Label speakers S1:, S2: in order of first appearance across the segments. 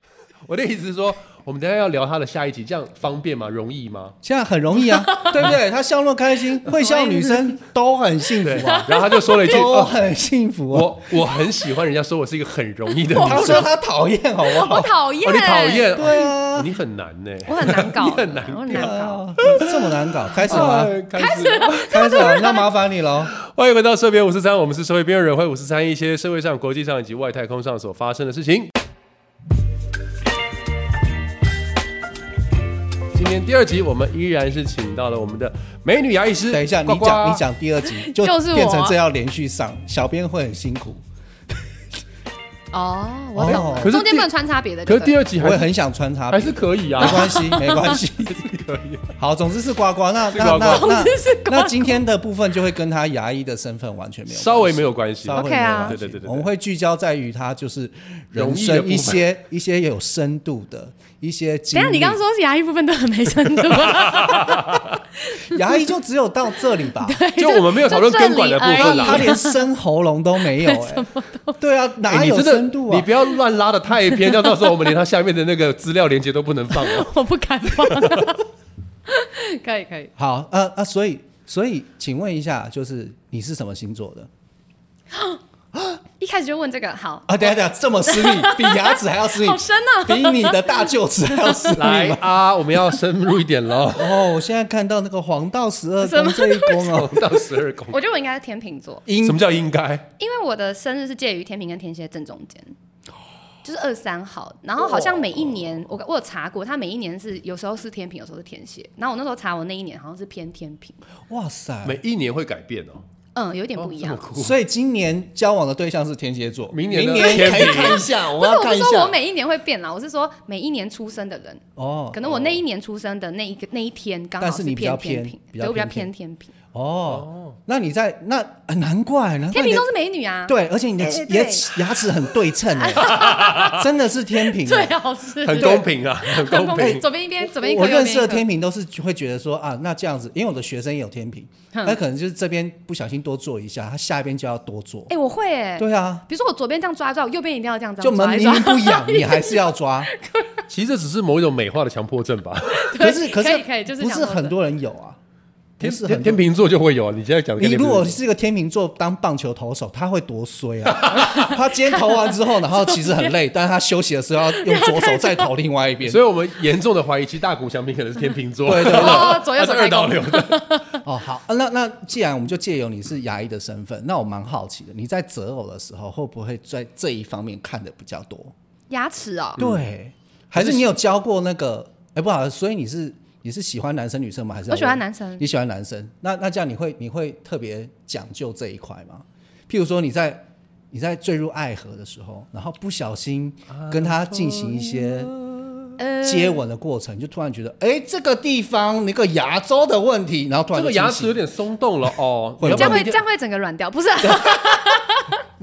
S1: 我的意思是说，我们等一下要聊他的下一集，这样方便吗？容易吗？
S2: 现在很容易 啊，对不对？他笑那么开心，会笑女生都很幸
S1: 对
S2: 福啊，，
S1: 然后他就说了一 句：“
S2: 都
S1: 哦、
S2: 很幸福啊。
S1: 我我很喜欢人家说我是一个很容易的
S2: 他
S1: 女
S2: 说
S1: 生。”
S2: 他讨厌，好不
S3: 我
S2: 好？
S3: 讨厌，
S1: 哦，你讨，厌？
S2: 对啊
S1: 哎你很难呢、
S3: 我很难 搞，
S1: 你很难
S3: 我很难搞。
S2: 啊，这么难搞，开始了吗？
S3: 哦
S1: 哎开始了，
S2: 开始 了，那麻烦你喽。
S1: 欢迎回到社编五四三，我们是社会边缘人，会五四三一些社会上、国际上以及外太空上所发生的事情。今天第二集，我们依然是请到了我们的美女牙医师。
S2: 等一下，
S1: 呱
S2: 你
S1: 呱
S2: 讲，你，讲第二集就
S3: 就是我啊
S2: 变成这要连续上，小编会很辛苦，
S3: 哦，我懂
S2: 哦
S3: 了，
S1: 可是
S3: 中间
S1: 第
S3: 不能穿插别的
S1: 可
S3: 就对
S1: 是
S3: 了。
S1: 第二集
S2: 我
S1: 还
S2: 也
S1: 是
S2: 很想穿插
S1: 还
S2: 别
S1: 是可以啊
S2: 没，关系，没 关系。
S1: 还是可以、啊。
S2: 好，总之是呱呱。那
S1: 是呱呱
S2: 那那那
S3: 总之是呱呱
S2: 那今天的部分就会跟他牙医的身份完全 没有关系，
S1: 稍微没有关系，
S2: 稍微没
S3: OK
S2: 有
S3: 啊
S2: 关系
S1: 对对对对对
S2: 我们会聚焦在于他就是
S1: 容
S2: 人
S1: 易的部
S2: 生
S1: 分
S2: 一些一些有深度的一些经
S3: 等一下，
S2: 历。
S3: 你刚刚说牙医部分都很没深度，
S2: 牙医就只有到这里 吧？
S1: 就我们没有讨论根管的部
S3: 就这
S1: 分
S3: 里而已
S2: 他
S1: 啦。
S2: 连生喉咙都没有 哎、对啊，哪
S1: 哎，你
S2: 有
S1: 真
S2: 深度
S1: 的，
S2: 啊？
S1: 你不要乱拉的太偏，这样到时候我们连他下面的那个资料连接都不能放 哦。
S3: 我不敢 放。可以可以，
S2: 好，呃啊，所以所以，请问一下，就是你是什么星座的？
S3: 一开始就问这个，好，
S2: 啊，等一下等一下，这么 私密，比牙齿还要私密，
S3: 好深啊！
S2: 比你的大臼齿还要私密
S1: 来
S2: 吗？，
S1: 啊，我们要深入一点喽
S2: 哦，我现在看到那个黄道十二
S3: 什么
S2: 宫这一宫 哦，
S1: 到十二宫。
S3: 我觉得我应该是天秤座，
S2: 阴
S1: 什么叫应该？
S3: 因为我的生日是介于天平跟天蝎正中间，就是二三号。然后好像每一年，我我有查过，它每一年是有时候是天平，有时候是天蝎。然后我那时候查，我那一年好像是偏天平，
S2: 哇塞！
S1: 每一年会改变哦，
S3: 嗯，有一点不一样。
S1: 哦这么酷
S2: 所以今年交往的对象是天蝎座，
S1: 明年呢
S2: 明年
S1: 天
S2: 可以
S1: 平
S2: 看一下，
S3: 不
S2: 我
S3: 是，
S2: 要
S3: 我
S2: 看
S3: 是
S2: 一
S3: 说
S2: 下
S3: 我。每一年会变啊啦，我是说每一年出生的人，
S2: 哦
S3: 可能我那一年出生的那一个那一天刚好
S2: 但是你比较
S3: 偏天平
S2: 偏，比较
S3: 对我比较偏
S2: 偏
S3: 天平，
S2: 哦，那你在那啊难怪难怪
S3: 天
S2: 你的
S3: 平都是美女啊，
S2: 对，而且你的
S3: 哎对
S2: 牙齿牙齿很对称哎， 真的是天平
S3: 最
S2: 哎。
S3: 好是
S1: 很公平啊，很公平。
S3: 左边一边，左边一颗，
S2: 我认识
S3: 右
S2: 的
S3: 边一
S2: 天平都是会觉得说啊，那这样子，因为我的学生也有天平，
S3: 哼
S2: 那可能就是这边不小心多做一下，他下一边就要多做
S3: 颗。哎，我会哎，
S2: 对啊，
S3: 比如说我左边这样抓一抓，我右边一定要这样这
S2: 就
S3: 样
S2: 门
S3: 抓一
S2: 明
S3: 抓
S2: 明，不痒，你还是要抓。
S1: 其实这只是某一种美化的强迫症吧。
S3: 对
S2: 可是可
S3: 可
S2: 是
S3: 以可以就是
S2: 不
S3: 想
S2: 是
S3: 说的
S2: 很多人有啊？不
S1: 天
S2: 是
S1: 天
S2: 很
S1: 天
S2: 多。
S1: 秤座就会有啊，你现在讲的跟
S2: 你
S1: 天
S2: 如
S1: 秤座
S2: 果是个天秤座当棒球投手，他会多衰啊！ 他今天投完之后，然后其实很累，但是他休息的时候要用左手再投另外一边。
S1: 所以我们严重的怀疑，其实大谷翔平可能是天秤座，
S2: 对对对
S3: 哦左右手
S1: 他是二
S3: 太
S1: 到
S3: 公
S1: 六的。
S2: 哦，好，啊那那既然我们就借由你是牙医的身份，那我蛮好奇的，你在择偶的时候会不会在这一方面看的比较多？
S3: 牙齿哦，
S2: 对，嗯还是你有教过那个？哎、不好，所以你是你是喜欢男生女生吗？还是要
S3: 我喜欢
S2: 问
S3: 男生
S2: 你喜欢男生？那那这样你会你会特别讲究这一块吗？譬如说你在你在坠入爱河的时候，然后不小心
S1: 啊
S2: 跟他进行一些
S3: 呃，
S2: 接吻的过程，就突然觉得，哎、这个地方那个牙周的问题，然后
S1: 这
S2: 突然就
S1: 个牙
S2: 清
S1: 齿
S2: 醒
S1: 有点松动了哦，
S2: 会
S1: 你要
S3: 这
S1: 不要
S3: 样会
S1: 明
S3: 这
S1: 天
S3: 样会整个软掉，不是啊？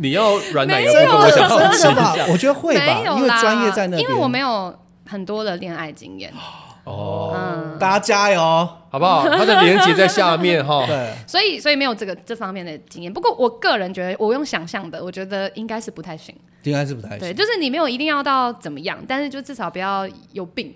S1: 你要软奶油
S2: 真
S1: 部分，我
S2: 的
S1: 想好
S2: 真
S1: 奇
S2: 的
S1: 一
S2: 吧
S1: 下？。
S2: 我觉得会吧
S3: 没，有
S2: 因为
S3: 啦，
S2: 专业在那边。
S3: 因为我没有很多的恋爱经验，
S2: 哦，大家加油！
S1: 好不好？它的连接在下面哈。
S2: 对，
S3: 所以所以没有这个这方面的经验。不过我个人觉得，我用想象的，我觉得应该是不太行。
S2: 应该是不太
S3: 对，
S2: 行。
S3: 就是你没有一定要到怎么样，但是就至少不要 有病，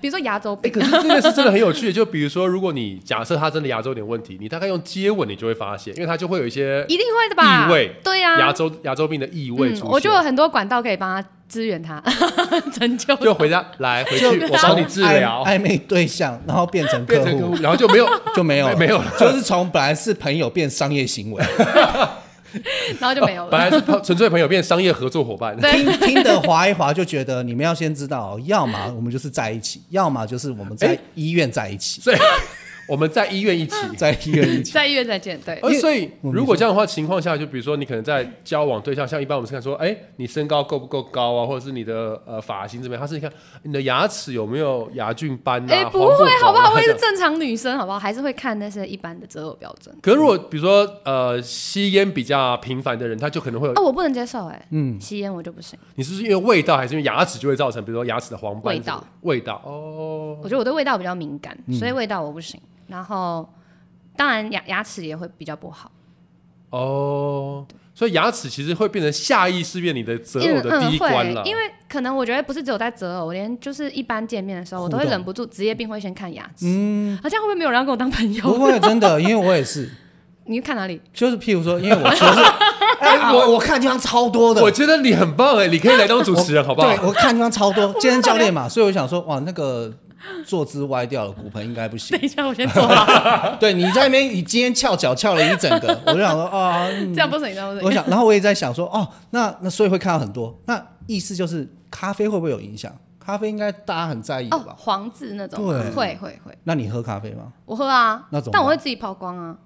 S3: 比如说牙周
S1: 哎，
S3: 病。
S1: 可是这件事真的很有趣，就比如说，如果你假设他真的牙周有点问题，你大概用接吻，你就会发现，因为它就会有一些
S3: 一定会的吧？
S1: 异味
S3: 对呀、
S1: 牙周牙周病的异味出
S3: 啊嗯，
S1: 现。
S3: 我就有很多管道可以帮他支援他， 成就
S1: 就回家来回去，我帮你治疗，
S2: 暧暧昧对象，然后变成客
S1: 变成客户
S2: 户，
S1: 然后就没有
S2: 就没有了
S1: 没没有了，
S2: 就是从本来是朋友变商业行为，
S3: 然后 就没有
S1: 哦本来
S3: 了。
S1: 是朋 纯粹朋友变成商业合作伙伴。
S3: 对，
S2: 听听的划一划就觉得你们要先知道哦，要么我们就是在一起，要么就是我们在
S1: 哎
S2: 医院在一起，
S1: 所以我们在医院一起。
S2: 在医院 一起。
S3: 在医院再见，对，
S1: 而呃所以，
S2: 我没
S1: 如果这样的话情况下，就比如说你可能在交往对象，像一般我们是看说，哎、你身高够不够高啊，或者是你的呃发型怎么样？他是看你的牙齿有没有牙菌斑啊？
S3: 哎、
S1: 黄
S3: 不会
S1: 黄啊
S3: 好不好？我也是
S1: 这样
S3: 正常女生，好不好？还是会看那些一般的择偶标准。
S1: 可是如果比如说呃吸烟比较频繁的人，他就可能会有，
S3: 哦，我不能接受、哎，嗯，吸烟我就不行，
S1: 你是不是因为味道，还是因为牙齿就会造成，比如说牙齿的黄斑
S3: 味道
S1: 什么的？味道哦，
S3: 我觉得我对味道比较敏感，所以味道我不行。然后，当然牙牙齿也会比较不好。
S1: 哦，所以牙齿其实会变成下意识变你的择偶的
S3: 嗯
S1: 第一关
S3: 会
S1: 了，，
S3: 因为可能我觉得不是只有在择偶，连就是一般见面的时候，我都会
S2: 互动
S3: 忍不住职业病会先看牙齿。嗯，好像会不会没有人要跟我当朋
S2: 不
S3: 友？
S2: 会真的，因为我也是，
S3: 你看哪里？
S2: 就是譬如说，因为我 就是，哎、我我看地方超多的，
S1: 我觉得你很棒哎，你可以来当主 持人好不好？
S2: 对，我看地方超多，健身教练嘛，所以我想说，哇，那个坐姿歪掉了，骨盆应该不行
S3: 等。一下，我 先走了，
S2: 对你在那边，你今天翘脚翘了一整个，我就想说啊，嗯
S3: 这样不行，这样不
S2: 我
S3: 行。
S2: 想，然后我也在想说，哦，那那所以会看到很多，那意思就是咖啡会不会有影响？咖啡应该大家很在意的
S3: 哦，
S2: 吧？
S3: 黄字那种，
S2: 对
S3: 会会会，
S2: 那你喝咖 啡吗？
S3: 我喝啊
S2: 那怎么，办
S3: 但我会自己抛光啊。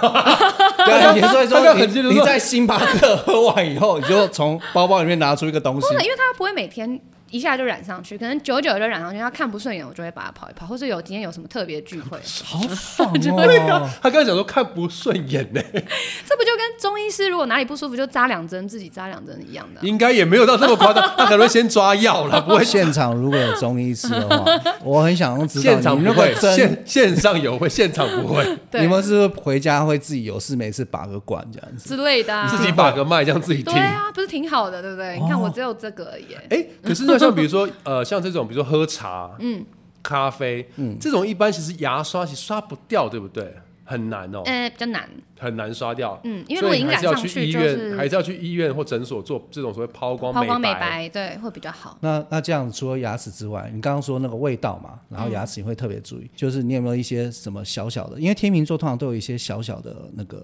S2: 对 啊，你所以
S1: 他刚
S2: 说
S1: 很记得
S2: 你
S1: 说
S2: 你在星巴克喝完以后，你就从包包里面拿出一个东西
S3: 不，会，因为它不会每天一下就染上去，可能久久就染上去，它看不顺眼，我就会把它跑一跑，或者有今天有什么特别聚会，
S2: 好爽哦！
S1: 啊他刚才讲说看不顺眼 呢，
S3: 这不就跟中医师如果哪里不舒服就扎两针，自己扎两针一样的啊。
S1: 应该也没有到那么夸张， 他可能会先抓药了， 不会
S2: 现场如果有中医师的话，我很想要知道
S1: 现场
S2: 你
S1: 不
S2: 如果
S1: 会，
S2: 真
S1: 线线上有会，现场不会，
S3: 对
S2: 你们是不是回家会自己有事没事把个管这样子？
S3: 之类的、啊，
S1: 自己把个脉这样自己听
S3: 对。啊，不是挺好的，对不对？你看
S2: 哦
S3: 我只有这个而已耶。
S1: 哎，可是那像比如说呃，像这种比如说喝茶，嗯，咖啡，嗯，这种一般其实牙刷其实刷不掉，对不对？很难哦，
S3: 呃，比较难，
S1: 很难刷掉。
S3: 嗯，因为如
S1: 所
S3: 果
S1: 以
S3: 影
S1: 还
S3: 染
S1: 是要
S3: 上
S1: 去医
S3: 去，就
S1: 院，还
S3: 是
S1: 是要去医院或诊所做这种所谓抛光
S3: 抛光美
S1: 白。
S3: 白，对，会比较好。
S2: 那那这样，除了牙齿之外，你刚刚说那个味道嘛，然后
S3: 嗯
S2: 牙齿你会特别注意，就是你有没有一些什么小小的？因为天秤座通常都有一些小小的那个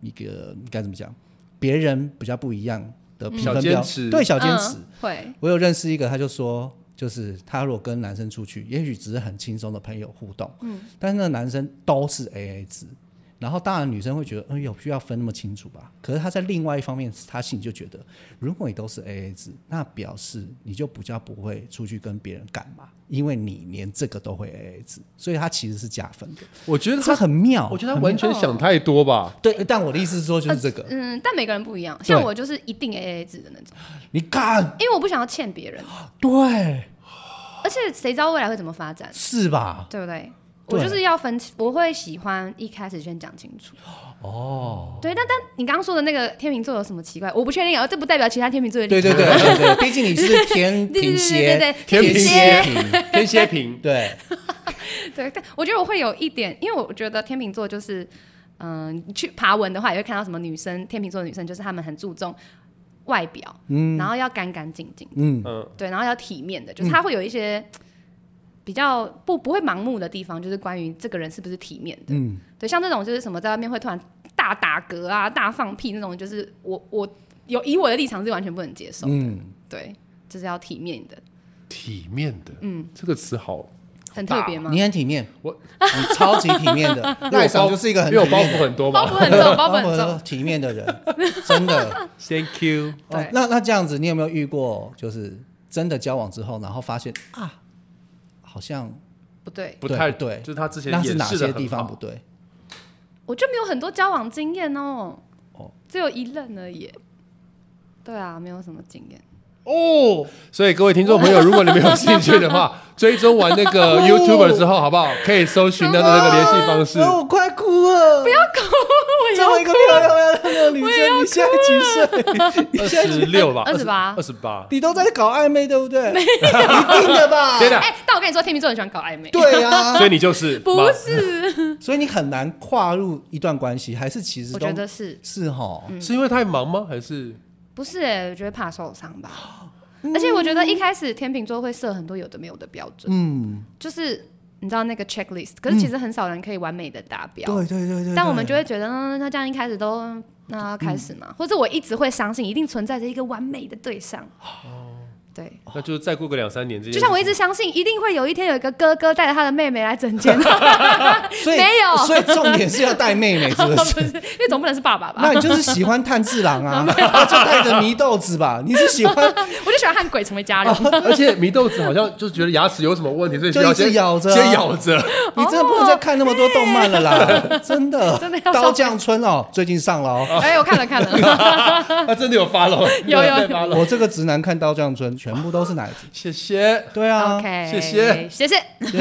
S2: 一个该怎么讲，别人比较不一样的评
S1: 小
S2: 分
S1: 坚
S2: 标，
S1: 持
S2: 对小坚持。
S3: 嗯、会，
S2: 我有认识一个，他就说，就是他如果跟男生出去，也许只是很轻松的朋友互动，嗯，但是那个男生都是 A A 制，然后当然女生会觉得，嗯，有需要分那么清楚吧？可是他在另外一方面，他心里就觉得，如果你都是 A A 制，那表示你就比较不会出去跟别人干嘛，因为你连这个都会 A A 制，所以他其实是加分的，
S1: 我觉得
S2: 这
S1: 他，
S2: 很
S3: 哦
S2: 妙。
S1: 我觉得他
S2: 很
S1: 完
S2: 妙
S1: 全想太多吧。
S2: 对，但我的意思是说，就是这个，
S3: 嗯，但每个人不一样，像
S2: 对
S3: 我就是一定 A A 制的那种，
S2: 你看，
S3: 因为我不想要欠别人，
S2: 对，
S3: 而且谁知道未来会怎么发展，
S2: 是吧？
S3: 对不对？
S2: 啊对
S3: 我就是要分清，我会喜欢一开始先讲清楚。哦，对，但但你刚刚说的那个天秤座有什么奇怪？我不确定啊，这不代表其他天秤座的
S2: 对
S3: 立
S2: 对
S3: 场
S2: 对对对，毕竟你是天
S3: 对对对
S2: 平蝎，
S3: 对对
S1: 对
S2: 天
S1: 天
S2: 平，
S1: 天蝎平，
S2: 对，
S3: 对，但我觉得我会有一点，因为我觉得天秤座就是，嗯、你去爬文的话，也会看到什么女生，天秤座的女生就是她们很注重外表，嗯，然后要干干净净，
S2: 嗯，
S1: 嗯，
S3: 对，然后要体面的，就是她会有一些比较不不会盲目的地方，就是关于这个人是不是体面的，
S2: 嗯，
S3: 对，像这种就是什么在外面会突然大打嗝啊、大放屁那种，就是我我有以我的立场是完全不能接受，
S2: 嗯，
S3: 对，就是要体面的，
S1: 体面的，嗯，这个词好，
S3: 很特别吗？
S2: 你很体面，
S1: 我
S2: 你超级体面 的，赖
S1: 包
S2: 嫂就是一个很
S1: 因为
S2: 体
S1: 我包
S2: 面
S1: 袱
S2: 的，
S1: 很多
S3: 包
S1: 嘛。
S3: 袱很重，包
S2: 包
S3: 袱很
S2: 很
S3: 重，
S2: 体面的人，真 的。
S1: Thank you。
S2: 哦
S3: 对，
S2: 那那这样子，你有没有遇过，就是真的交往之后，然后发现啊，好像
S3: 不对。
S1: 不太
S2: 对对
S1: 就是他之前
S2: 那
S1: 掩
S2: 是哪
S1: 饰得
S2: 些
S1: 很
S2: 地方
S1: 好
S2: 不对？
S3: 我就没有很多交往经验哦，
S2: 哦
S3: 只有一任而已。对啊，没有什么经验。
S1: 哦，所以各位听众朋友，如果你们有兴趣的 话，追踪完那
S2: 哦
S1: 个 YouTuber 之后，好不好？可以搜寻到的那个联系方式。
S2: 哦我快哭了！不要哭，这么一个漂亮漂亮的女生，你现 在几岁？
S1: 二十六吧，
S3: 28
S1: 二十八。
S2: 你都在搞暧昧，对不对？一定的吧？
S1: 真的
S3: 哎、但我跟你说，天秤座很喜欢搞暧昧。
S2: 对啊，
S1: 所以你就是
S3: 不
S1: 妈
S3: 是，
S2: 所以你很难跨入一段关系，还是其实
S3: 我
S2: 都
S3: 觉得是嗯
S2: 是哈，
S1: 是因为太忙吗？还是
S3: 不是、欸？我觉得怕受伤吧。
S2: 嗯
S3: 而且我觉得一开始天秤座会设很多有的没有的标准，
S2: 嗯，
S3: 就是你知道那个 checklist，可是其实很少人可以完美的达标。
S2: 嗯对对对对。嗯
S3: 但我们就
S2: 得
S3: 会觉得，嗯，那这样一开始都那要开始嘛，或者我一直会相信一定存在着一个完美的对象。哦，对，
S1: 那就是再过个两三年这件事情，
S3: 就像我一直相信，一定会有一天有一个哥哥带着他的妹妹来整间，啊
S2: 所以
S3: 没有
S2: 所以重点是要带妹妹， 是不
S3: 不
S2: 是？
S3: 是因为总不能是爸爸吧
S2: 那？你就是喜欢炭治郎 啊， 就带着祢豆子吧。你是喜欢
S3: 我就喜欢和鬼成为家人，
S2: 哦
S1: 而且祢豆子好像就觉得牙齿有什么问题，所以需要
S2: 就一直
S1: 先
S2: 咬着啊
S1: 先咬着。
S2: 你真的不能再看那么多动漫了啦， 真的。
S3: 哦 真的要
S2: 刀匠村哦，最近上了 哦。
S3: 哎，我看了看 了，
S1: 他真的有发了，
S3: 有有
S1: 在发了。
S2: 我这个直男看刀匠村，全部都是奶子。
S1: 谢谢。
S2: 对啊
S3: OK，
S1: 谢谢
S3: 谢谢。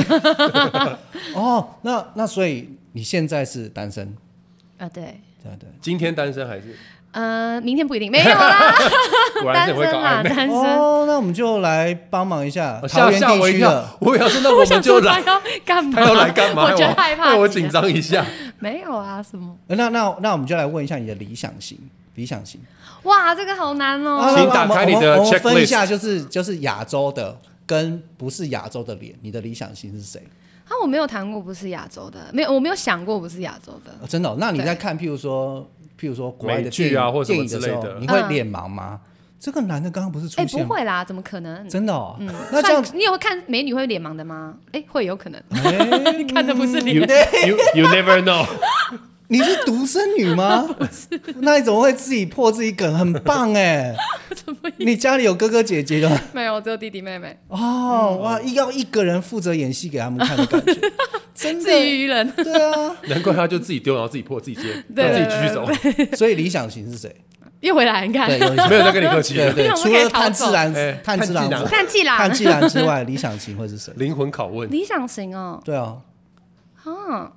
S2: 哦，那那所以你现在是单身，
S3: 啊，对，
S2: 对对。
S1: 今天单身还是
S3: 呃，明天不一定没有啦，
S1: 果然
S3: 单
S1: 是很会搞
S3: 身啦，
S1: 暧昧。
S3: 单 身。
S2: 哦，那我们就来帮忙一下
S1: 哦
S2: 桃
S1: 吓
S2: 园
S1: 吓我
S2: 地
S1: 一
S2: 区
S1: 跳
S2: 的，，
S1: 我想说那我们
S3: 想
S1: 就
S3: 说他
S1: 来，
S3: 要干嘛？
S1: 他要来干嘛？
S3: 我觉得害怕，
S1: 害我紧。张一下。
S3: 没有啊，什么？
S2: 呃那那那我们就来问一下你的理想型，理想型。
S3: 哇，这个好难
S2: 啊
S3: 哦。
S1: 请
S2: 那
S1: 打
S2: 我们
S1: 开你
S2: 我们
S1: 的
S2: 我们分一
S1: checklist
S2: 下，就是就是亚洲的跟不是亚洲的脸，你的理想型是谁？
S3: 啊，我没有谈过不是亚洲的，没有，我没有想过不是亚洲的。
S2: 哦真的哦、那你在看，譬如说，譬如说国外的
S1: 美剧
S2: 电影
S1: 啊或者什么
S2: 电影的
S1: 之类
S2: 时候
S1: 的
S2: 你会脸盲吗？这个男的刚刚不是出
S3: 嗯哎，
S2: 现
S3: 不
S2: 吗？
S3: 会啦，怎么可能？
S2: 真的哦，
S3: 嗯，
S2: 那这样
S3: 算，你有看美女会脸盲的吗？哎，会有可能。
S2: 哎
S3: 你 看的不是脸
S1: You，you you never know，
S2: 你是独生女 吗？ 那你怎么会自己破自己梗？很棒 哎！你家里有哥哥姐姐的
S3: 没有，只有弟弟妹妹，
S2: 哦，哇，要一个人负责演戏给他们看的感 觉，真
S3: 自
S2: 的
S3: 娱于人。
S2: 对啊。
S1: 难怪他就自己丢，然后自己破，自己接，
S3: 对
S1: 然后自己继续走，
S2: 所以理想型是谁？
S3: 又回来，你 看
S2: 对，，有理想
S1: 没有在跟你客气
S2: 对
S1: 了。
S2: 对，
S3: 我们
S2: 除
S3: 可以
S2: 了
S3: 逃
S2: 炭治
S3: 走
S2: 郎
S1: 哎、
S2: 炭治
S1: 炭治
S2: 郎之、
S1: 郎
S3: 看气啦
S2: 炭。治郎之外，理想型会是谁？
S1: 灵魂拷问，
S3: 理想型哦，
S2: 对啊，
S3: 啊，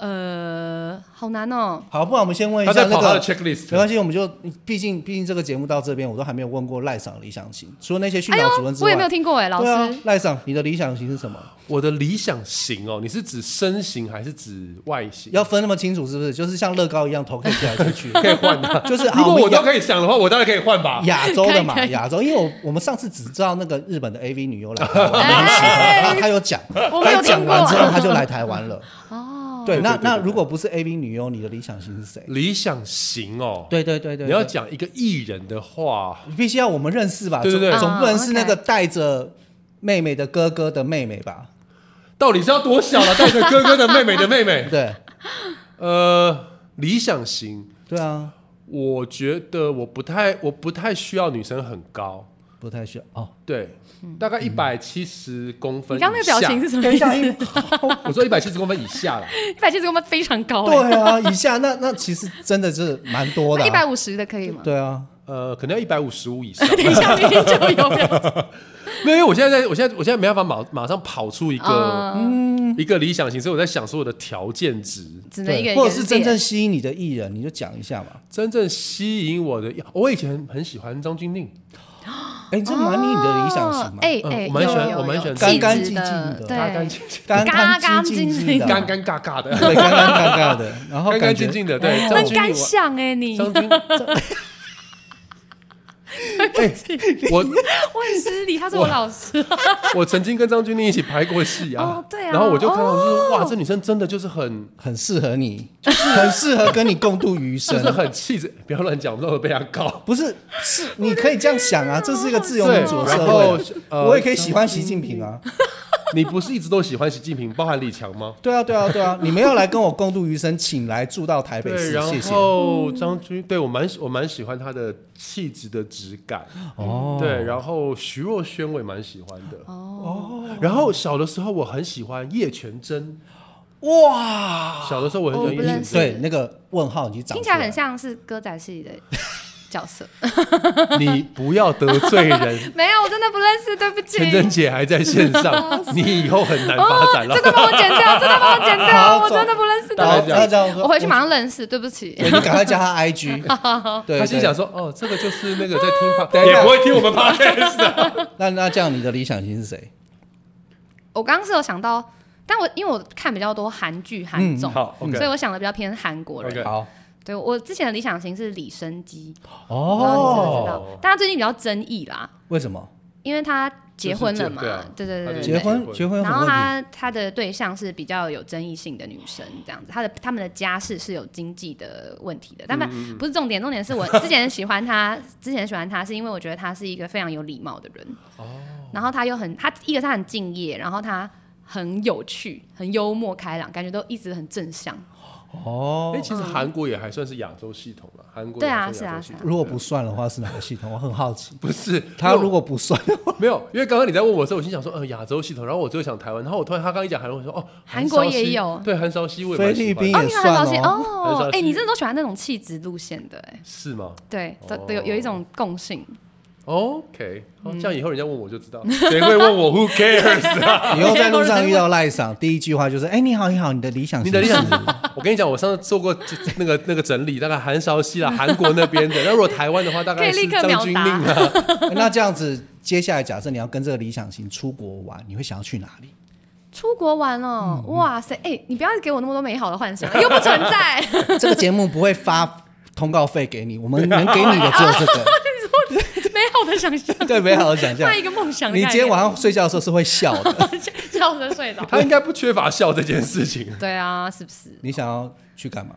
S3: 呃，好难哦。
S2: 好，不然我们先问一
S1: 他
S2: 下
S1: 在
S2: 那
S1: 跑他的
S2: 个，没
S1: checklist。
S2: 关系，我们就毕竟毕竟这个节目到这边，我都还没有问过赖赏理想型，除了那些训
S3: 哎呦
S2: 导主任，之
S3: 我
S2: 外，
S3: 也没有听过哎，老
S2: 对啊
S3: 师，，
S2: 赖赏，你的理想型是什么？
S1: 我的理想型哦，你是指身形还是指外形？
S2: 要分那么清楚是不是？就是像乐高一样，头可以飞来飞去，
S1: 可以换的。
S2: 就是
S1: 如
S2: 好，
S1: 果
S2: 们
S1: 我都
S2: 亚
S1: 可以想的话，我当然可以换吧。
S2: 亚洲的嘛
S3: 可，以可以
S2: 亚洲，因为我我们上次只知道那个日本的 AV 女优来台湾，
S3: 哎
S2: 然后她有讲，
S3: 我没有
S2: 她啊
S3: 听
S2: 讲
S3: 过
S2: 完之后她就来台湾了。
S3: 哦。
S2: 对，
S1: 对对
S2: 那
S1: 对
S2: 那
S1: 对
S2: 如果不是 AV 女优，你的理想型是谁？
S1: 理想型哦，
S2: 对对对对，
S1: 你要
S2: 对
S1: 讲一个艺人的话，
S2: 必须要我们认识吧？
S1: 对对对
S2: 总总不能是那个
S3: 啊
S2: 带着妹妹的哥哥的妹妹吧？
S1: 到底是要多小了？带着哥哥的妹妹的妹妹，
S2: 对
S1: 呃，理想型，
S2: 对啊，
S1: 我觉得我不太，我不太需要女生很高，
S2: 不太需要哦。
S1: 对，大概一百七十公分以
S3: 你
S1: 下。
S3: 刚刚那个表情是什么
S2: 等
S3: 意
S2: 一
S3: 思
S2: 下，？因为
S1: 我说一百七十公分以下啦，
S3: 一百七十公分非常高 哎，
S2: 对啊，以下那那其实真的是蛮多的
S3: 那
S2: 啊、
S3: 一百五十的可以吗？
S2: 对啊，
S1: 呃，可能要一百五十五以上。
S3: 等一下明天就有了。
S1: 没有，因为我现在在，我现在我现在没办法马马上跑出一个、
S3: 嗯，
S1: 一个理想型，所以我在想说我的条件值，
S3: 只能一个
S2: 对
S3: 一个
S2: 或者是真正
S3: 列
S2: 吸引你的艺人，你就讲一下嘛。
S1: 真正吸引我的，我以前很喜欢张钧甯，
S2: 哎，这蛮你的理想型
S3: 哦
S2: 嘛，
S3: 哎
S1: 嗯
S3: 哎，
S1: 我蛮喜欢
S3: 有有
S1: 我蛮喜欢
S3: 有
S2: 干干
S3: 气质
S2: 净
S3: 的
S2: 净的
S3: 对，
S1: 干干净净，
S2: 干干
S3: 干
S2: 净
S3: 净
S2: 净的，
S1: 干干尬尬的，
S2: 对干干干干的，然后
S1: 干
S2: 感
S1: 干
S2: 觉
S1: 净净的，对，张
S3: 很
S1: 钧
S3: 敢
S1: 甯
S3: 想哎你
S1: 我，， 张钧，哎，我
S3: 我很失礼，他是我老师，
S1: 我曾经跟张钧甯一起排过戏啊
S3: 哦，对啊
S1: 然后我就看到我就说，
S3: 哦
S1: 哇，这女生真的就是很。
S2: 很适合你，很适合跟你共度余
S1: 就
S2: 生
S1: 是。很气 质，不要乱讲，我们都会被他告。
S2: 不是，是你可以这样想啊，这是一个自由民主的社
S1: 对然后
S2: 会，啊
S1: 呃嗯
S2: 我也可以喜欢习近平啊。
S1: 你不是一直都喜欢习近平，包含李强吗？
S2: 对啊，对啊，对啊，你们要来跟我共度余生，请来住到台北
S1: 对，
S2: 市，谢
S1: 然
S2: 谢。
S1: 后张军，对我蛮喜我蛮喜欢他的气质的质感，
S2: 哦
S1: 对，然后徐若瑄我也蛮喜欢的，哦，然后小的时候我很喜欢叶全真，
S2: 哇，
S1: 小的时候我很喜欢
S3: 哦
S1: 叶
S3: 不认
S1: 全
S3: 识
S1: 真，
S2: 对，那个问号你长
S3: 听起来很像是歌仔戏的角色。，
S1: 你不要得罪人
S3: 没有，我真的不认识，对不起。哦
S1: 全真姐还在线 上，你以后很难发展了
S3: 真。的帮我剪掉，真的帮我剪掉，
S2: 好
S3: 啊我真的不认识，
S2: 然
S1: 大
S2: 后
S1: 家
S3: 对
S1: 这样
S2: 大
S3: 不起。
S2: 家说，
S3: 我回去马上认识，对不
S2: 对
S3: 起。
S2: 你赶快加他 IG，对，
S1: 他
S2: 对
S1: 心想说：“哦，这个就是那个在听
S3: 哦
S2: 等
S1: p
S2: 一下
S1: 也不会听我 们 podcast 的。
S2: 那那这样你的理想型是谁？
S3: 我刚刚是有想到，但我因为我看比较多韩剧、韩综，
S1: 嗯
S3: 嗯
S1: 好，OK
S3: 所以我想的比较偏韩国人。
S1: OK 对
S2: 好，
S3: 对我之前的理想型是李生基，
S1: 哦
S3: 不知道你知
S2: 哦，
S3: 不知道？但他最近比较争议啦，
S2: 为什么
S3: 因为他结婚了嘛
S1: 就是这，
S3: 对
S1: 对啊
S3: 对
S1: 他
S3: 对对，
S1: 就
S2: 结婚
S1: 对
S2: 结婚有什
S3: 然
S2: 么问
S3: 后
S2: 题？
S3: 他他的对象是比较有争议性的女生，这样子，他的他们的家世是有经济的问题的，但
S2: 嗯
S3: 们不是重点，重点是我之前喜欢他，之前喜欢他是因为我觉得他是一个非常有礼貌的人，
S2: 哦
S3: 然后他又很他一个他很敬业，然后他很有趣，很幽默开朗，感觉都一直很正向，
S2: 哦
S1: 哎，，其实韩国也还算是亚洲系统了，韩国
S3: 对啊
S1: 也还算亚洲系统
S3: 是啊
S2: 如果不算的话是哪个系统？我很好奇。
S1: 不是
S2: 他
S1: 果。
S2: 如果不算的话，
S1: 没有，因为刚刚你在问我的时候，我心想说，嗯，亚洲系统，然后我就想台湾，然后我突然他刚一讲韩文，我说哦，
S3: 韩国
S1: 韶熙
S3: 也有
S1: 对，韩韶熙我也
S2: 菲
S1: 蛮喜
S2: 律
S1: 欢
S2: 宾
S1: 的啊
S2: 也
S3: 哦，你很
S2: 算
S3: 好奇
S2: 哦。
S1: 很少
S3: 哦，哎、
S1: 是
S3: 你真的都喜欢那种气质路线的、哎，
S1: 是吗
S3: 对，都
S1: 哦
S3: 都有有一种共性，
S1: ？OK，好，这样
S3: 嗯
S1: 以后人家问我就知
S2: 嗯
S1: 道，谁会问我 Who cares 啊？
S2: 以后在路上遇到赖赏，第一句话就是：“哎，你好，你好，你的理想
S1: 你
S2: 型
S1: 的
S2: 是
S1: 理
S2: 什
S1: 想
S2: 么，，
S1: 我跟你讲，我上次做过就那个那个整理，大概韩韶熙啦，韩国那边的。那如果台湾的话，大概
S3: 可以
S1: 是
S3: 立刻
S1: 张
S3: 秒
S1: 钧甯
S3: 答
S1: 啊，
S2: 那这样子，接下来假设你要跟这个理想型出国玩，你会想要去哪里？
S3: 出国玩
S1: 嗯
S3: 哦，哇塞！哎、你不要给我那么多美好的幻想，又不存 在。
S2: 这个节目不会发通告费给你，我们能给你的只有这 个。
S3: 美好的想象，
S2: 对，美好的想象
S3: 换。一个梦想的
S2: 你
S3: 概念。
S2: 今天晚上睡觉的时候是会笑的。
S3: 笑着睡着。
S1: 啊他应该不缺乏笑这件事情。
S3: 对啊，是不是？
S2: 你想要去干嘛？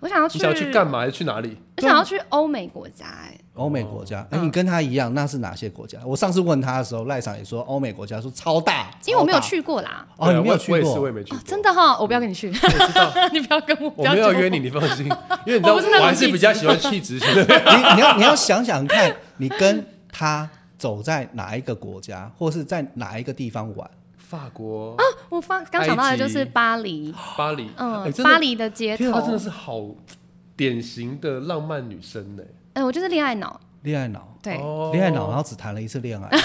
S3: 我想要去，
S1: 你想要去干嘛？还是去哪里？
S3: 我想要去欧美国家、哎，
S1: 哦
S2: 欧美国家？
S1: 嗯
S2: 哎、你跟他一样，那是哪些国家？我上次问他的时候，赖场也说欧美国家说超大，
S3: 因为我没有
S2: 超大
S3: 去过啦。
S2: 哦，
S1: 对啊
S2: 你没有
S1: 我
S2: 去
S1: 我也是，我
S2: 过
S1: 也。没去
S3: 哦
S1: 过。，
S3: 真的哈，我不要跟你去， 你不要跟我，不
S1: 我没
S3: 揪
S1: 有
S3: 我
S1: 约你，。你放心，因为你知道，
S3: 我不是那种
S1: 我还是比较喜欢气质型的。
S2: 你你要你要想想看，你跟他走在哪一个国家，或是在哪一个地方玩？
S1: 法国、
S3: 我发刚想到的就是巴黎，
S1: 巴黎，哎
S3: 嗯，
S1: 真的
S3: 巴黎的街
S1: 天啊，
S3: 头
S1: 她，真的是好典型的浪漫女生呢。
S3: 哎，我就是恋爱脑，
S2: 恋爱脑，
S3: 对，
S1: 哦
S2: 恋爱脑，然后只谈了一次恋爱。
S3: 哦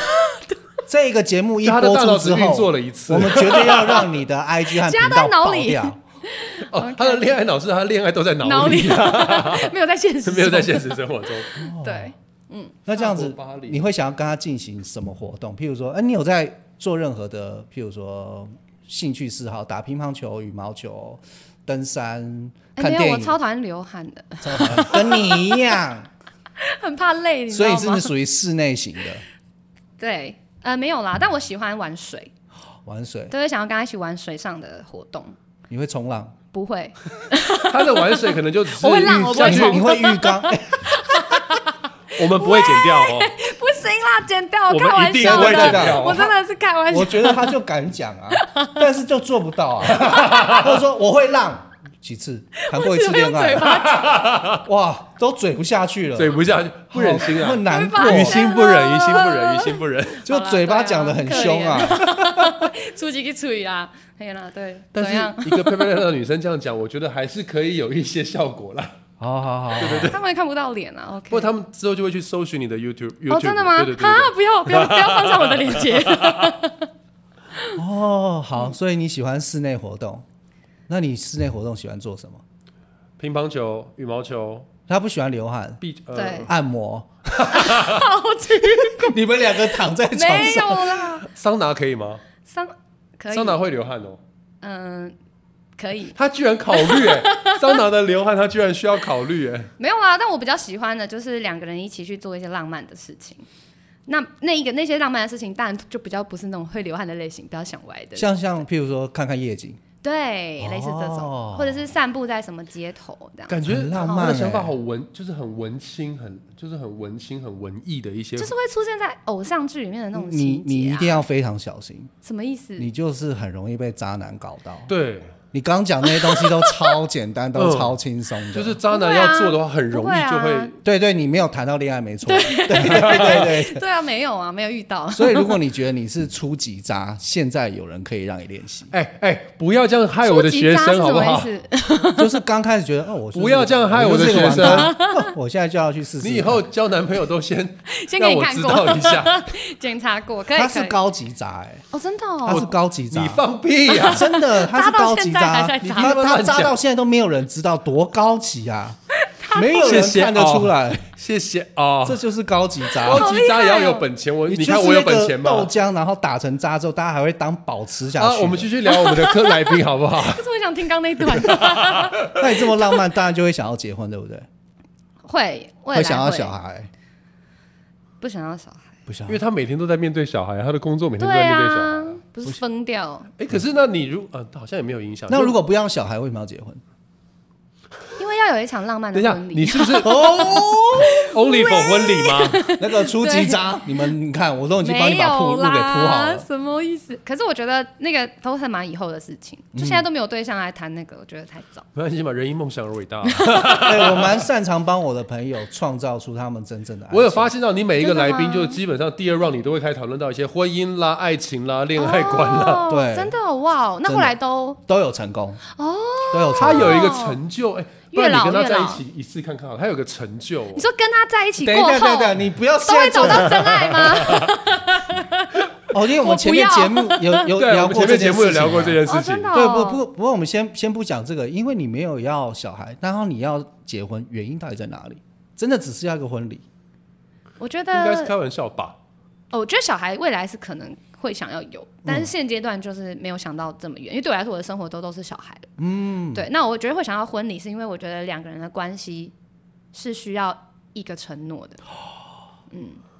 S2: 这个节目一
S1: 就啊她的
S2: 播
S1: 大脑
S2: 出
S1: 只
S2: 之
S1: 运
S2: 后，
S1: 作了一次
S2: 我们绝对要让你的 IG 和
S3: 加
S2: 频
S3: 到
S2: 道
S3: 脑
S2: 爆
S3: 里
S2: 掉。
S1: 哦，她的恋爱脑是她恋爱都在
S3: 脑
S1: 脑
S3: 里
S1: 里，
S3: 没有在现 实，
S1: 没有在现实生活中。
S3: 对，
S2: 那这样
S1: 法
S2: 子
S1: 国巴，黎
S2: 你会想要跟他进行什么活动？譬如说，哎、你有在做任何的，譬如说兴趣嗜好，打乒乓球、羽毛球、登山、
S3: 哎，
S2: 看
S3: 没有，
S2: 电
S3: 我
S2: 影，
S3: 超讨厌流汗 的，
S2: 超好玩 跟你一样，
S3: 很怕累， 你知
S2: 所以
S3: 道
S2: 你是不
S3: 吗
S2: 是？属于室内型的
S3: 对，呃，没有啦，但我喜欢玩水，
S2: 玩水？
S3: 对，想要跟他一起玩水上的活动，
S2: 你会冲 浪？
S3: 不会，
S1: 她的玩水可能就只是
S3: 我会浪我不会
S1: 下
S2: 你
S1: 去
S3: 冲
S2: 你会浴 缸？
S1: 我们不会剪掉哦，
S3: 不行啦，剪掉，
S1: 我
S3: 开
S1: 们
S3: 玩
S1: 一定不
S3: 笑
S1: 会
S2: 我
S1: 剪
S2: 看
S3: 的，
S2: 到
S1: 掉。
S3: 我真的是开玩笑
S2: 哎我。觉得他就敢讲 啊，但是就做不到啊。 他说我会浪几次，谈过一次恋
S3: 我只会用嘴
S2: 爱，哇，都嘴不下去了，
S1: 嘴不下去，不忍心啊
S2: 会，难过
S3: 会，发
S1: 于
S3: 现
S1: 心不忍，于心不忍，于心不忍。
S2: 就嘴巴讲的很凶
S3: 好啦
S2: 啊。
S3: 出几 个嘴啦，可以啦，对，
S1: 但
S3: 怎样？
S1: 是一个漂漂亮亮的女生这样讲，我觉得还是可以有一些效果 啦。
S2: 好好好，
S3: 他们也看不到脸啊，OK。
S1: 不过他们之后就会去搜寻你的 YouTube，
S3: 哦，
S1: YouTube，
S3: 真的吗？
S1: 对对对
S3: 啊，不要不 要不要放上我的链接。
S2: 哦好，所以你喜欢室内活动，那你室内活动喜欢做什么？
S1: 乒乓球、羽毛球、
S2: 他不喜欢流汗，
S1: 壁呃
S3: 对
S2: 按摩。
S3: 好奇
S2: 你们两个躺
S1: 呃
S2: 在床
S3: 没
S2: 上，
S3: 有啦，
S1: 桑拿可以吗？
S3: 桑可以
S1: 桑，拿会流汗哦，
S3: 嗯，可以，
S1: 他居然考虑 哎，桑拿的流汗他居然需要考虑哎，
S3: 没有啦。但我比较喜欢的就是两个人一起去做一些浪漫的事情。那那一个那些浪漫的事情，当然就比较不是那种会流汗的类型，不要想歪的。
S2: 像像譬如说看看夜景，
S3: 对，类似这种
S2: 哦，
S3: 或者是散步在什么街头这样。
S1: 感觉
S2: 很浪
S1: 他
S2: 漫
S1: 的
S2: 哎
S1: 想法好文，就是很文青，很就是很文青、很文艺的一些
S3: 就。是会出现在偶像剧里面的那种
S2: 你
S3: 情
S2: 你
S3: 节
S2: 一
S3: 啊
S2: 定，要非常小心，
S3: 什么意思？
S2: 你就是很容易被渣男搞到。
S1: 对，
S2: 你刚刚讲那些东西都超简 单，都
S1: 嗯
S2: 超轻松的，
S1: 就是渣男要做的话，很容易就
S3: 啊不会啊
S1: 会。，
S2: 对对，你没有谈到恋爱，没错，对对对
S3: 对啊，没有啊，没有遇到
S2: 对。。所以如果你觉得你是初级渣，现在有人可以让你练 习
S1: 哎哎，不要这样害我的
S3: 初级
S1: 学
S3: 渣是
S1: 生好
S3: 什
S1: 不
S3: 么意
S1: 好？
S3: 思？
S2: 就是刚开始觉得哦，我是
S1: 不要这样害我的
S2: 就是个
S1: 学生
S2: 王八蛋哦我现在就要去试试看。
S1: 你以后交男朋友都先
S3: 先给
S1: 让
S3: 你
S1: 我
S3: 看
S1: 知
S3: 过，
S1: 道一 下，
S3: 检查过，可以
S2: 他
S3: 可
S2: 是
S3: 以。
S2: 高级渣，哎，
S3: 哦，真的
S2: 他是
S3: 哦，
S2: 高级渣
S1: 你，放屁呀！
S2: 真的他是高级渣
S3: 渣到现在还在，
S2: 你
S3: 渣
S2: 他
S1: 你慢慢
S2: 他渣
S1: 讲
S2: 到现在都没有人知道多高级 啊，没有人
S1: 谢谢哦
S2: 看得出来，
S1: 谢谢哦，
S2: 这就是高级渣。
S1: 高级
S3: 好
S1: 渣
S3: 厉
S1: 也
S3: 害哦
S1: 要有本钱，我
S2: 就
S1: 你
S2: 是
S1: 看我有
S2: 那
S1: 本
S2: 个
S1: 钱
S2: 豆
S1: 吗？
S2: 浆，然后打成渣之后，大家还会当饱吃下去
S1: 啊，
S2: 的。
S1: 我们继续聊我们的柯来宾好不好？
S3: 可是我想听刚那段。
S2: 那你这么浪漫，当然就会想要结婚，对不对？
S3: 会，未来
S2: 会想要小，孩，
S3: 不想要小孩。
S2: 不想
S1: 因为他每天都在面对小孩，他的工作每天都
S3: 对
S1: 在面对小
S3: 啊
S1: 孩。，
S3: 不是疯掉，
S1: 哎，可是那你如啊，好像也没有影响。
S2: 那
S1: 就
S2: 如果不要小孩，为什么要 结婚？
S3: 因为要有一场浪漫
S1: 等
S3: 的
S1: 一 下，
S3: 婚
S1: 你
S3: 礼。
S1: 是不是
S2: 哦，
S1: only for 婚礼吗？
S2: 那个初级渣，你们你看，我都已经帮
S3: 没
S2: 你把铺
S3: 有
S2: 路给铺好
S3: 啦，
S2: 了。
S3: 什么意思？可是我觉得那个都是蛮以后的事情，就
S2: 嗯
S3: 现在都没有对象来谈那个，我觉得太早。
S1: 没关系嘛，人因梦想而伟大。
S2: 对，我蛮擅长帮我的朋友创造出他们真正的爱情。
S1: 我有发现到你每一个来宾，
S3: 真的
S1: 就
S3: 吗
S1: 基本上第二 round 你都会开始讨论到一些婚姻啦、爱情啦、恋爱观啦。
S3: 哦
S2: 对
S3: 真的哦哇哦，那
S2: 真的
S3: 后来都
S2: 都有成功哦，都有成
S1: 他
S2: 功。
S1: 有一个成就，哎，不
S3: 月
S1: 然你
S3: 老
S1: 跟他
S3: 月
S1: 在一
S3: 老
S1: 起一次看看好了，他有个成就哦
S3: 你。说跟他在一起
S2: 等
S3: 过
S2: 一
S3: 后
S2: 下，等一下，你不要
S3: 都会
S2: 现
S3: 找
S2: 在
S3: 到真爱吗？
S2: 哦，因为我们前面
S3: 我不要
S2: 节目有有
S1: 对，啊
S2: 聊
S1: 我们
S2: 过
S1: 前面
S2: 这件
S1: 节
S2: 事
S1: 目有聊过
S2: 情
S1: 这
S2: 啊
S1: 件
S3: 哦，
S1: 事情
S3: 真的、。
S2: 对，
S3: 哦，
S2: 不不不过我们先先不讲这个，因为你没有要小孩，然后你要结婚，原因到底在哪里？真的只是要一个婚礼？
S3: 我觉
S1: 应该是
S3: 得，
S1: 开玩笑吧？
S3: 哦，我觉得小孩未来是可能会想要有，但是现阶段就是没有想到这么远，因为对我来说，我的生活都都是小孩了。嗯，对。那我觉得会想要婚礼，是因为我觉得两个人的关系是需要一个承诺的。嗯，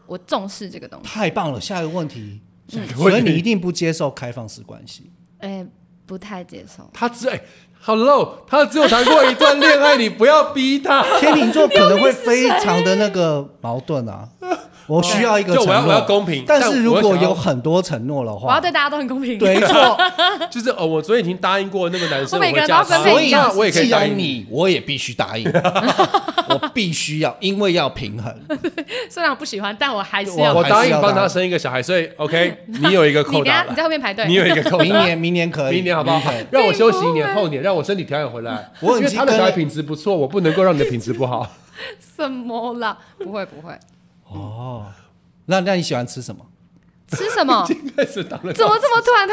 S3: 我重视这个东西。
S2: 太棒了！下一个问题，
S1: 下一个
S2: 所以
S1: 问
S2: 你一
S1: 题，
S2: 定不接受开放式关系。
S3: 哎、不太接受。
S1: 他只哎，Hello，他只有谈过一段恋爱，你不要逼他。
S2: 天秤座可能会非常的那个矛盾 啊，我需要一个
S1: 就
S2: 承
S1: 我要
S2: 诺，
S1: 我要公平，
S2: 但是如
S1: 我
S2: 果
S1: 想要
S2: 有很多承诺的
S3: 我要
S2: 话，
S3: 对大家都很公平。
S2: 对，没错，
S1: 就是哦，我昨天已经答应过那个男生，
S3: 我每个人都要
S1: 会嫁
S3: 分
S1: 他
S3: 配
S2: 所
S3: 一
S2: 以
S3: 样
S1: 那我也可以
S2: 既
S1: 答应
S2: 然。你，我也必须答应， 我必须要，因为要平衡。
S3: 虽然我不喜欢，但我还是
S2: 我
S3: 要。
S1: 我答
S2: 还是
S1: 应
S2: 要
S1: 帮
S2: 答
S1: 他
S2: 应
S1: 生一个小孩，所以 OK，你有一个
S3: 你
S1: 扣
S3: 等
S1: 打
S3: 下 你
S1: 了，
S3: 在后面排队。
S1: 你有一个扣
S2: 明
S1: 打。
S2: 年，明年可以，
S1: 明年好不好
S2: 明年？
S1: 让我休息一
S3: 并
S1: 年，
S3: 不会
S1: 后年让我身体调养回来。
S2: 我已
S1: 因为
S2: 经
S1: 他的
S2: 跟
S1: 小孩品质不错，我不能够让你的品质不好。
S3: 什么啦？不会不会，
S2: 哦，那那你喜欢吃什么？
S3: 吃什么？
S1: 应该是当了
S3: 怎么这么突然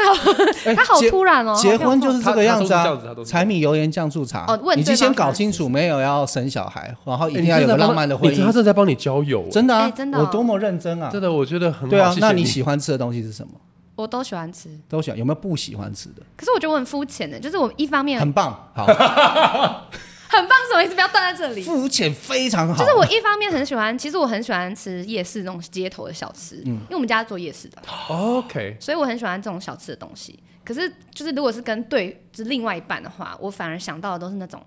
S3: 的？他好
S2: 结
S3: 突然哦！
S2: 结婚就是这个样子
S1: 他他都是这样子
S2: 啊
S1: 他都，是这样
S2: 柴米油盐酱醋茶。
S3: 哦问
S2: 你
S3: 对
S2: 就先
S3: 方
S2: 搞
S3: 想
S2: 清
S3: 吃
S2: 楚，没有要生小孩，然后一
S1: 哎
S2: 定
S1: 你
S2: 要有
S1: 真
S2: 个
S1: 帮他
S2: 浪漫的婚
S1: 你知道他
S2: 姻。
S1: 正在帮你交友欸，
S2: 真的啊
S3: 哎真，的
S2: 我
S3: 哦
S2: 多么认真啊！
S1: 真的，我觉得很好。
S2: 对啊
S1: 谢，谢
S2: 那
S1: 你
S2: 喜欢吃的东西是什么？
S3: 我都喜欢吃，
S2: 都喜欢，有没有不喜欢吃的？
S3: 可是我觉得我很肤浅欸的，就是我一方面
S2: 很棒，好，
S3: 很棒，什么意思？不要断在这里。
S2: 肤浅非常好。
S3: 就是我一方面很喜欢，其实我很喜欢吃夜市那种街头的小吃，因为我们家做夜市的，
S1: OK，
S3: 所以我很喜欢这种小吃的东西。可是就是如果是跟对就是另外一半的话，我反而想到的都是那种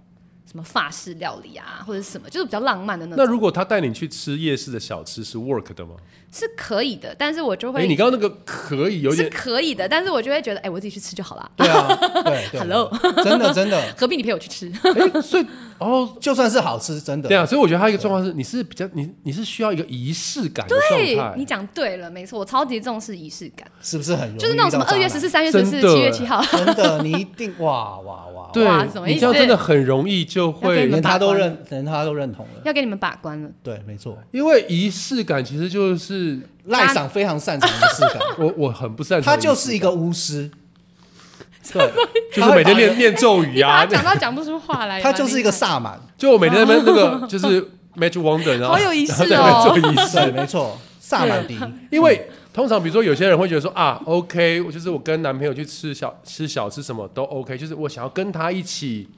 S3: 什么法式料理啊，或者是什么，就是比较浪漫的那
S1: 那
S3: 种，
S1: 如果他带你去吃夜市的小吃是 work 的吗？
S3: 是可以的。但是我就
S1: 哎，
S3: 会
S1: 你刚刚那个可以有
S3: 是
S1: 点，
S3: 可以的，但是我就会觉得，哎、我自己去吃就好啦。
S2: 对啊， 对对
S3: Hello
S2: 真的真的，
S3: 何必你陪我去吃？
S1: 哎，所以哦，
S2: 就算是好吃，真
S1: 对
S2: 的。
S1: 啊，所以我觉得他一个状况是，你是比较你你是需要一个仪式感的
S3: 对
S1: 状，态
S3: 你。讲对了，没错，我超级重视仪式感，
S2: 是不是很容易？
S3: 就是那种什么二月十，四、三月十四、
S1: 真的
S3: 七月七号，
S2: 真的，你一定哇哇哇，
S1: 对
S3: 哇什么，意
S1: 你
S3: 思
S1: 这样真的很容易就
S3: 要给
S1: 会
S3: 你，
S2: 连
S3: 们
S2: 他
S3: 把
S2: 都
S3: 关
S2: 认，连他都认同了。
S3: 要给你们把关了。
S2: 对，没错，
S1: 因为仪式感其实就是
S2: 赖赏非常擅长仪式感，
S1: 我我很不擅长
S2: 他
S1: 仪式感，
S2: 就是一个巫师。 对，
S1: 就
S2: 他
S1: 是
S2: 会
S1: 每天
S2: 把
S1: 念
S2: 人，
S1: 念咒语
S3: 你把
S1: 啊
S3: 他，讲到讲不出话来，
S2: 他就是一个
S3: 傻，
S2: 萨满。
S1: 就我每天在那边 那个就是 Magic Wonder，然后
S3: 好有仪式哦
S1: 然后在那边做仪
S2: 对，
S1: 式，
S2: 没错，萨满迪。
S1: 因为通常比如说有些人会觉得说啊，OK，我就是我跟男朋友去吃小吃小吃什么都 OK，就是我想要跟他一起。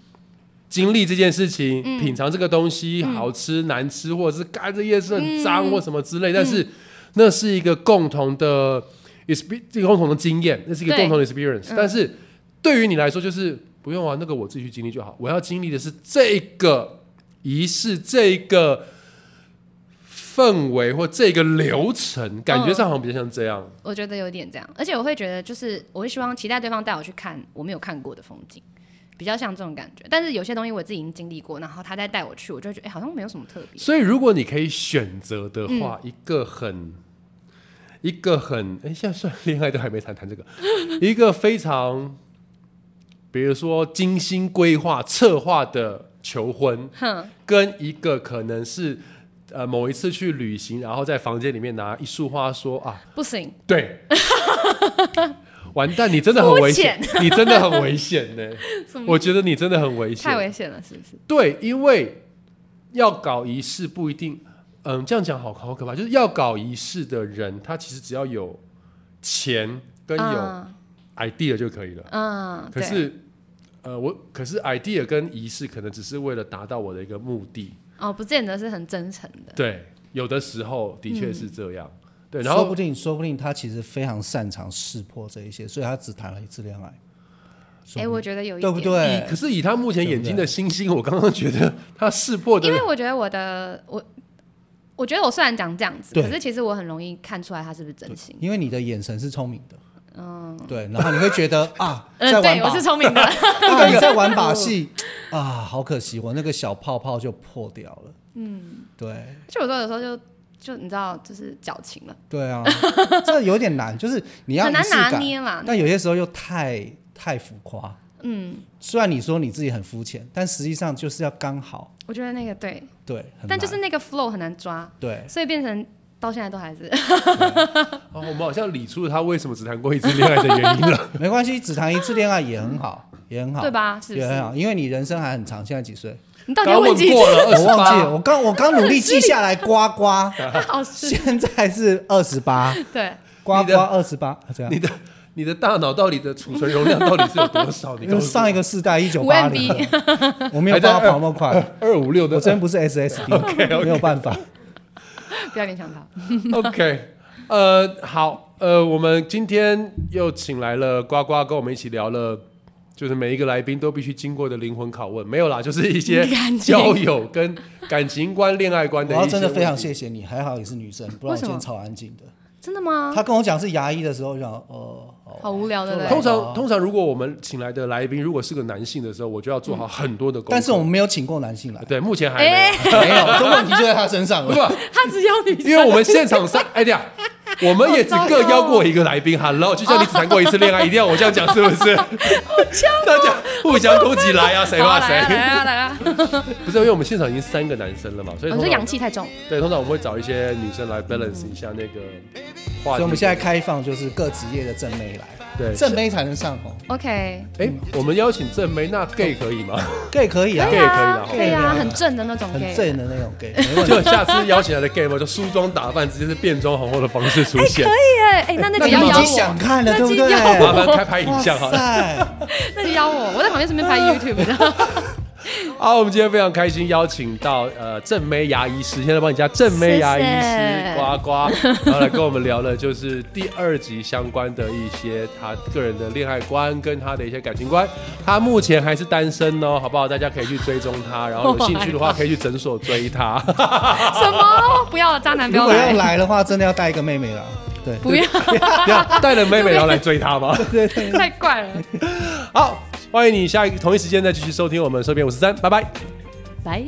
S1: 经历这件事情，品尝这个东西，好吃难吃，或者是干这夜市很脏、或什么之类，但是那是一个共同的 exp，这个共同的经验，那是一个
S3: 对
S1: 共同的 experience。但是对于你来说，就是不用啊，那个我自己去经历就好。我要经历的是这个仪式，这个氛围或这个流程，感觉上好像比较像这样。
S3: 我觉得有点这样，而且我会觉得就是我会希望期待对方带我去看我没有看过的风景。比较像这种感觉，但是有些东西我自己已经经历过，然后他再带我去，我就会觉得哎、好像没有什么特别。
S1: 所以，如果你可以选择的话，
S3: 嗯
S1: 一个很，一个很，哎，现在算恋爱都还没谈谈这个，一个非常，比如说精心规划策划的求婚，
S3: 哼，
S1: 跟一个可能是呃某一次去旅行，然后在房间里面拿一束花说啊，
S3: 不行，
S1: 对， 完蛋，你真的很危险，你真的很危险呢、
S3: 什么
S1: 我觉得你真的很危
S3: 太
S1: 险，
S3: 危险了，是不是？
S1: 对，因为要搞仪式不一定，嗯，这样讲好好可怕，就是要搞仪式的人，他其实只要有钱跟有
S3: 嗯
S1: idea 就可以了。
S3: 嗯，
S1: 可
S3: 对
S1: 是，呃，我可是 idea 跟仪式可能只是为了达到我的一个目的，
S3: 哦，不见得是很真诚的。
S1: 对，有的时候的确是这样。
S3: 嗯
S1: 对，然
S2: 说不
S1: 后
S2: 定，说不定他其实非常擅长识破这一些，所以他只谈了一次恋爱。
S3: 哎、我觉得有一
S2: 对
S3: 点，
S2: 不
S1: 以
S2: 对
S1: 可？是以他目前眼睛的星星，我刚刚觉得他识破的
S3: 因为我觉得我的我，我觉得我虽然讲这样子，
S2: 对
S3: 可是其实我很容易看出来他是不是真心。
S2: 因为你的眼神是聪明的，嗯，对，然后你会觉 得啊，在
S3: 嗯，
S2: 玩
S3: 对，
S2: 把
S3: 我，是聪明 的。
S2: 啊你在玩把戏啊，好可惜，我那个小泡泡就破掉了，嗯，对，
S3: 就有时候有时候就就你知道，就是矫情了，
S2: 对啊， 这有点难，就是你要
S3: 很
S2: 仪
S3: 难
S2: 式
S3: 拿
S2: 感，
S3: 捏啦。
S2: 但有些时候又太太浮夸，嗯，虽然你说你自己很肤浅，但实际上就是要刚好，
S3: 我觉得那个对，
S2: 对，很
S3: 但就
S2: 难
S3: 是那个 flow 很难抓，
S2: 对，
S3: 所以变成到现在都还是
S1: 哦，我们好像理出了他为什么只谈过一次恋爱的原 因了。
S2: 没关系，只谈一次恋爱也很好，也很好，
S3: 对？吧？是不
S2: 也很
S3: 是？
S2: 好，因为你人生还很长，现在几岁？哦
S3: 你到底
S1: 刚
S3: 要
S1: 问
S3: 几
S1: 过
S3: 次？
S1: 了，二
S2: 我
S1: 十
S2: 忘记了，
S1: 八。
S2: 我刚我刚努力记下来，呱呱，
S3: 哦， 是，
S2: 现在是二十八，
S3: 对，
S2: 呱
S1: 你
S2: 呱
S1: 的
S2: 二十八，啊这样
S1: 你。的你的大脑到底的储存容量到底是有多 少？你
S2: 因
S1: 告
S2: 为
S1: 诉
S2: 上一个世代一九
S3: 五
S2: 八
S3: MB
S2: 零，我没有
S1: 还在
S2: 办法跑那么快，
S1: 我二五六的
S2: 我真不是 SSD，没有办法。
S3: 不要勉强他。
S1: OK，呃，好，呃，我们今天又请来了呱呱，跟我们一起聊了，就是每一个来宾都必须经过的灵魂拷问，没有啦，就是一些
S3: 感情
S1: 交友跟感情观、恋爱观
S2: 我
S1: 的一些。
S2: 要真的非常谢谢你，还好你是女生，不然我今天超安静的。
S3: 真的吗？
S2: 他跟我讲是牙医的时候，我想 哦，好
S3: 好无聊的嘞
S1: 通
S2: 哦
S1: 常，通常如果我们请来的来宾如果是个男性的时候，我就要做好很多的功课。
S2: 但是我们没有请过男性 来，
S1: 对目前还没有，
S3: 哎，
S2: 没有，这问题就在他身上了。
S1: 不，
S3: 他只要女 生，
S1: 因为我们现场 三，哎呀，我们也只各邀过一个来宾，Hello，就像你只谈过一次恋爱，一定要我这样讲是不 是？大家互相攻击啊来啊，谁
S3: 好
S1: 怕
S3: 来啊来
S1: 谁？
S3: 啊来啊！
S1: 不是，因为我们现场已经三个男生了嘛，所以
S3: 我
S1: 通
S3: 说
S1: 常
S3: 阳气太重，
S1: 对，通常我们会找一些女生来 balance 一下那个话
S2: 所
S1: 题。
S2: 以我们现在开放就是各职业的正妹来，
S1: 对
S2: 正妹才能上哦。
S3: OK，
S1: 哎，我们邀请正妹，那 gay 可以 吗？
S2: gay 可以啊
S1: 可，以
S3: 啊，
S1: 可以
S2: 可以啊
S3: 啊，很正的那种
S2: 很
S3: gay。
S2: 正的那种 gay，没问题。
S1: 就下次邀请来的 gay 嘛，就梳妆打扮，直接是变装皇后的方式出现
S3: 可。以哎，哎，那那
S2: 那
S3: 集
S2: 你
S3: 要
S2: 们已
S3: 邀
S2: 经
S3: 我
S2: 想，看了，
S3: 那
S2: 对不
S3: 就
S2: 对？
S3: 要
S1: 麻烦 开拍影像好了。
S2: 塞，
S3: 那集邀我，我在旁边顺便拍 YouTube 的。
S1: 好，我们今天非常开心，邀请到呃正妹牙医师，现在帮你加正妹牙医
S3: 谢
S1: 师
S3: 谢
S1: 呱呱， 然后来跟我们聊了就是第二集相关的一些他个人的恋爱观跟他的一些感情观。他目前还是单身哦，好不好？大家可以去追踪他，然后有兴趣
S3: 哦
S1: 的话可以去诊所追他。
S3: 什么？不要渣男，不
S2: 如
S3: 要
S2: 果要
S3: 来，
S2: 来的话，真的要带一个妹妹啦。对，
S3: 不要，
S1: 这样带了妹妹然后来追他吗？
S3: 太怪了。
S1: 好，欢迎你下一个同一时间再继续收听我们收编五十三，拜拜。
S3: 来。